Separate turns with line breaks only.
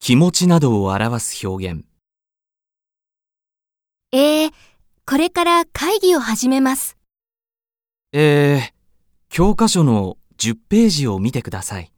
気持ちなどを表す表現。
えー、これから会議を始めます。
えー、教科書の10ページを見てください。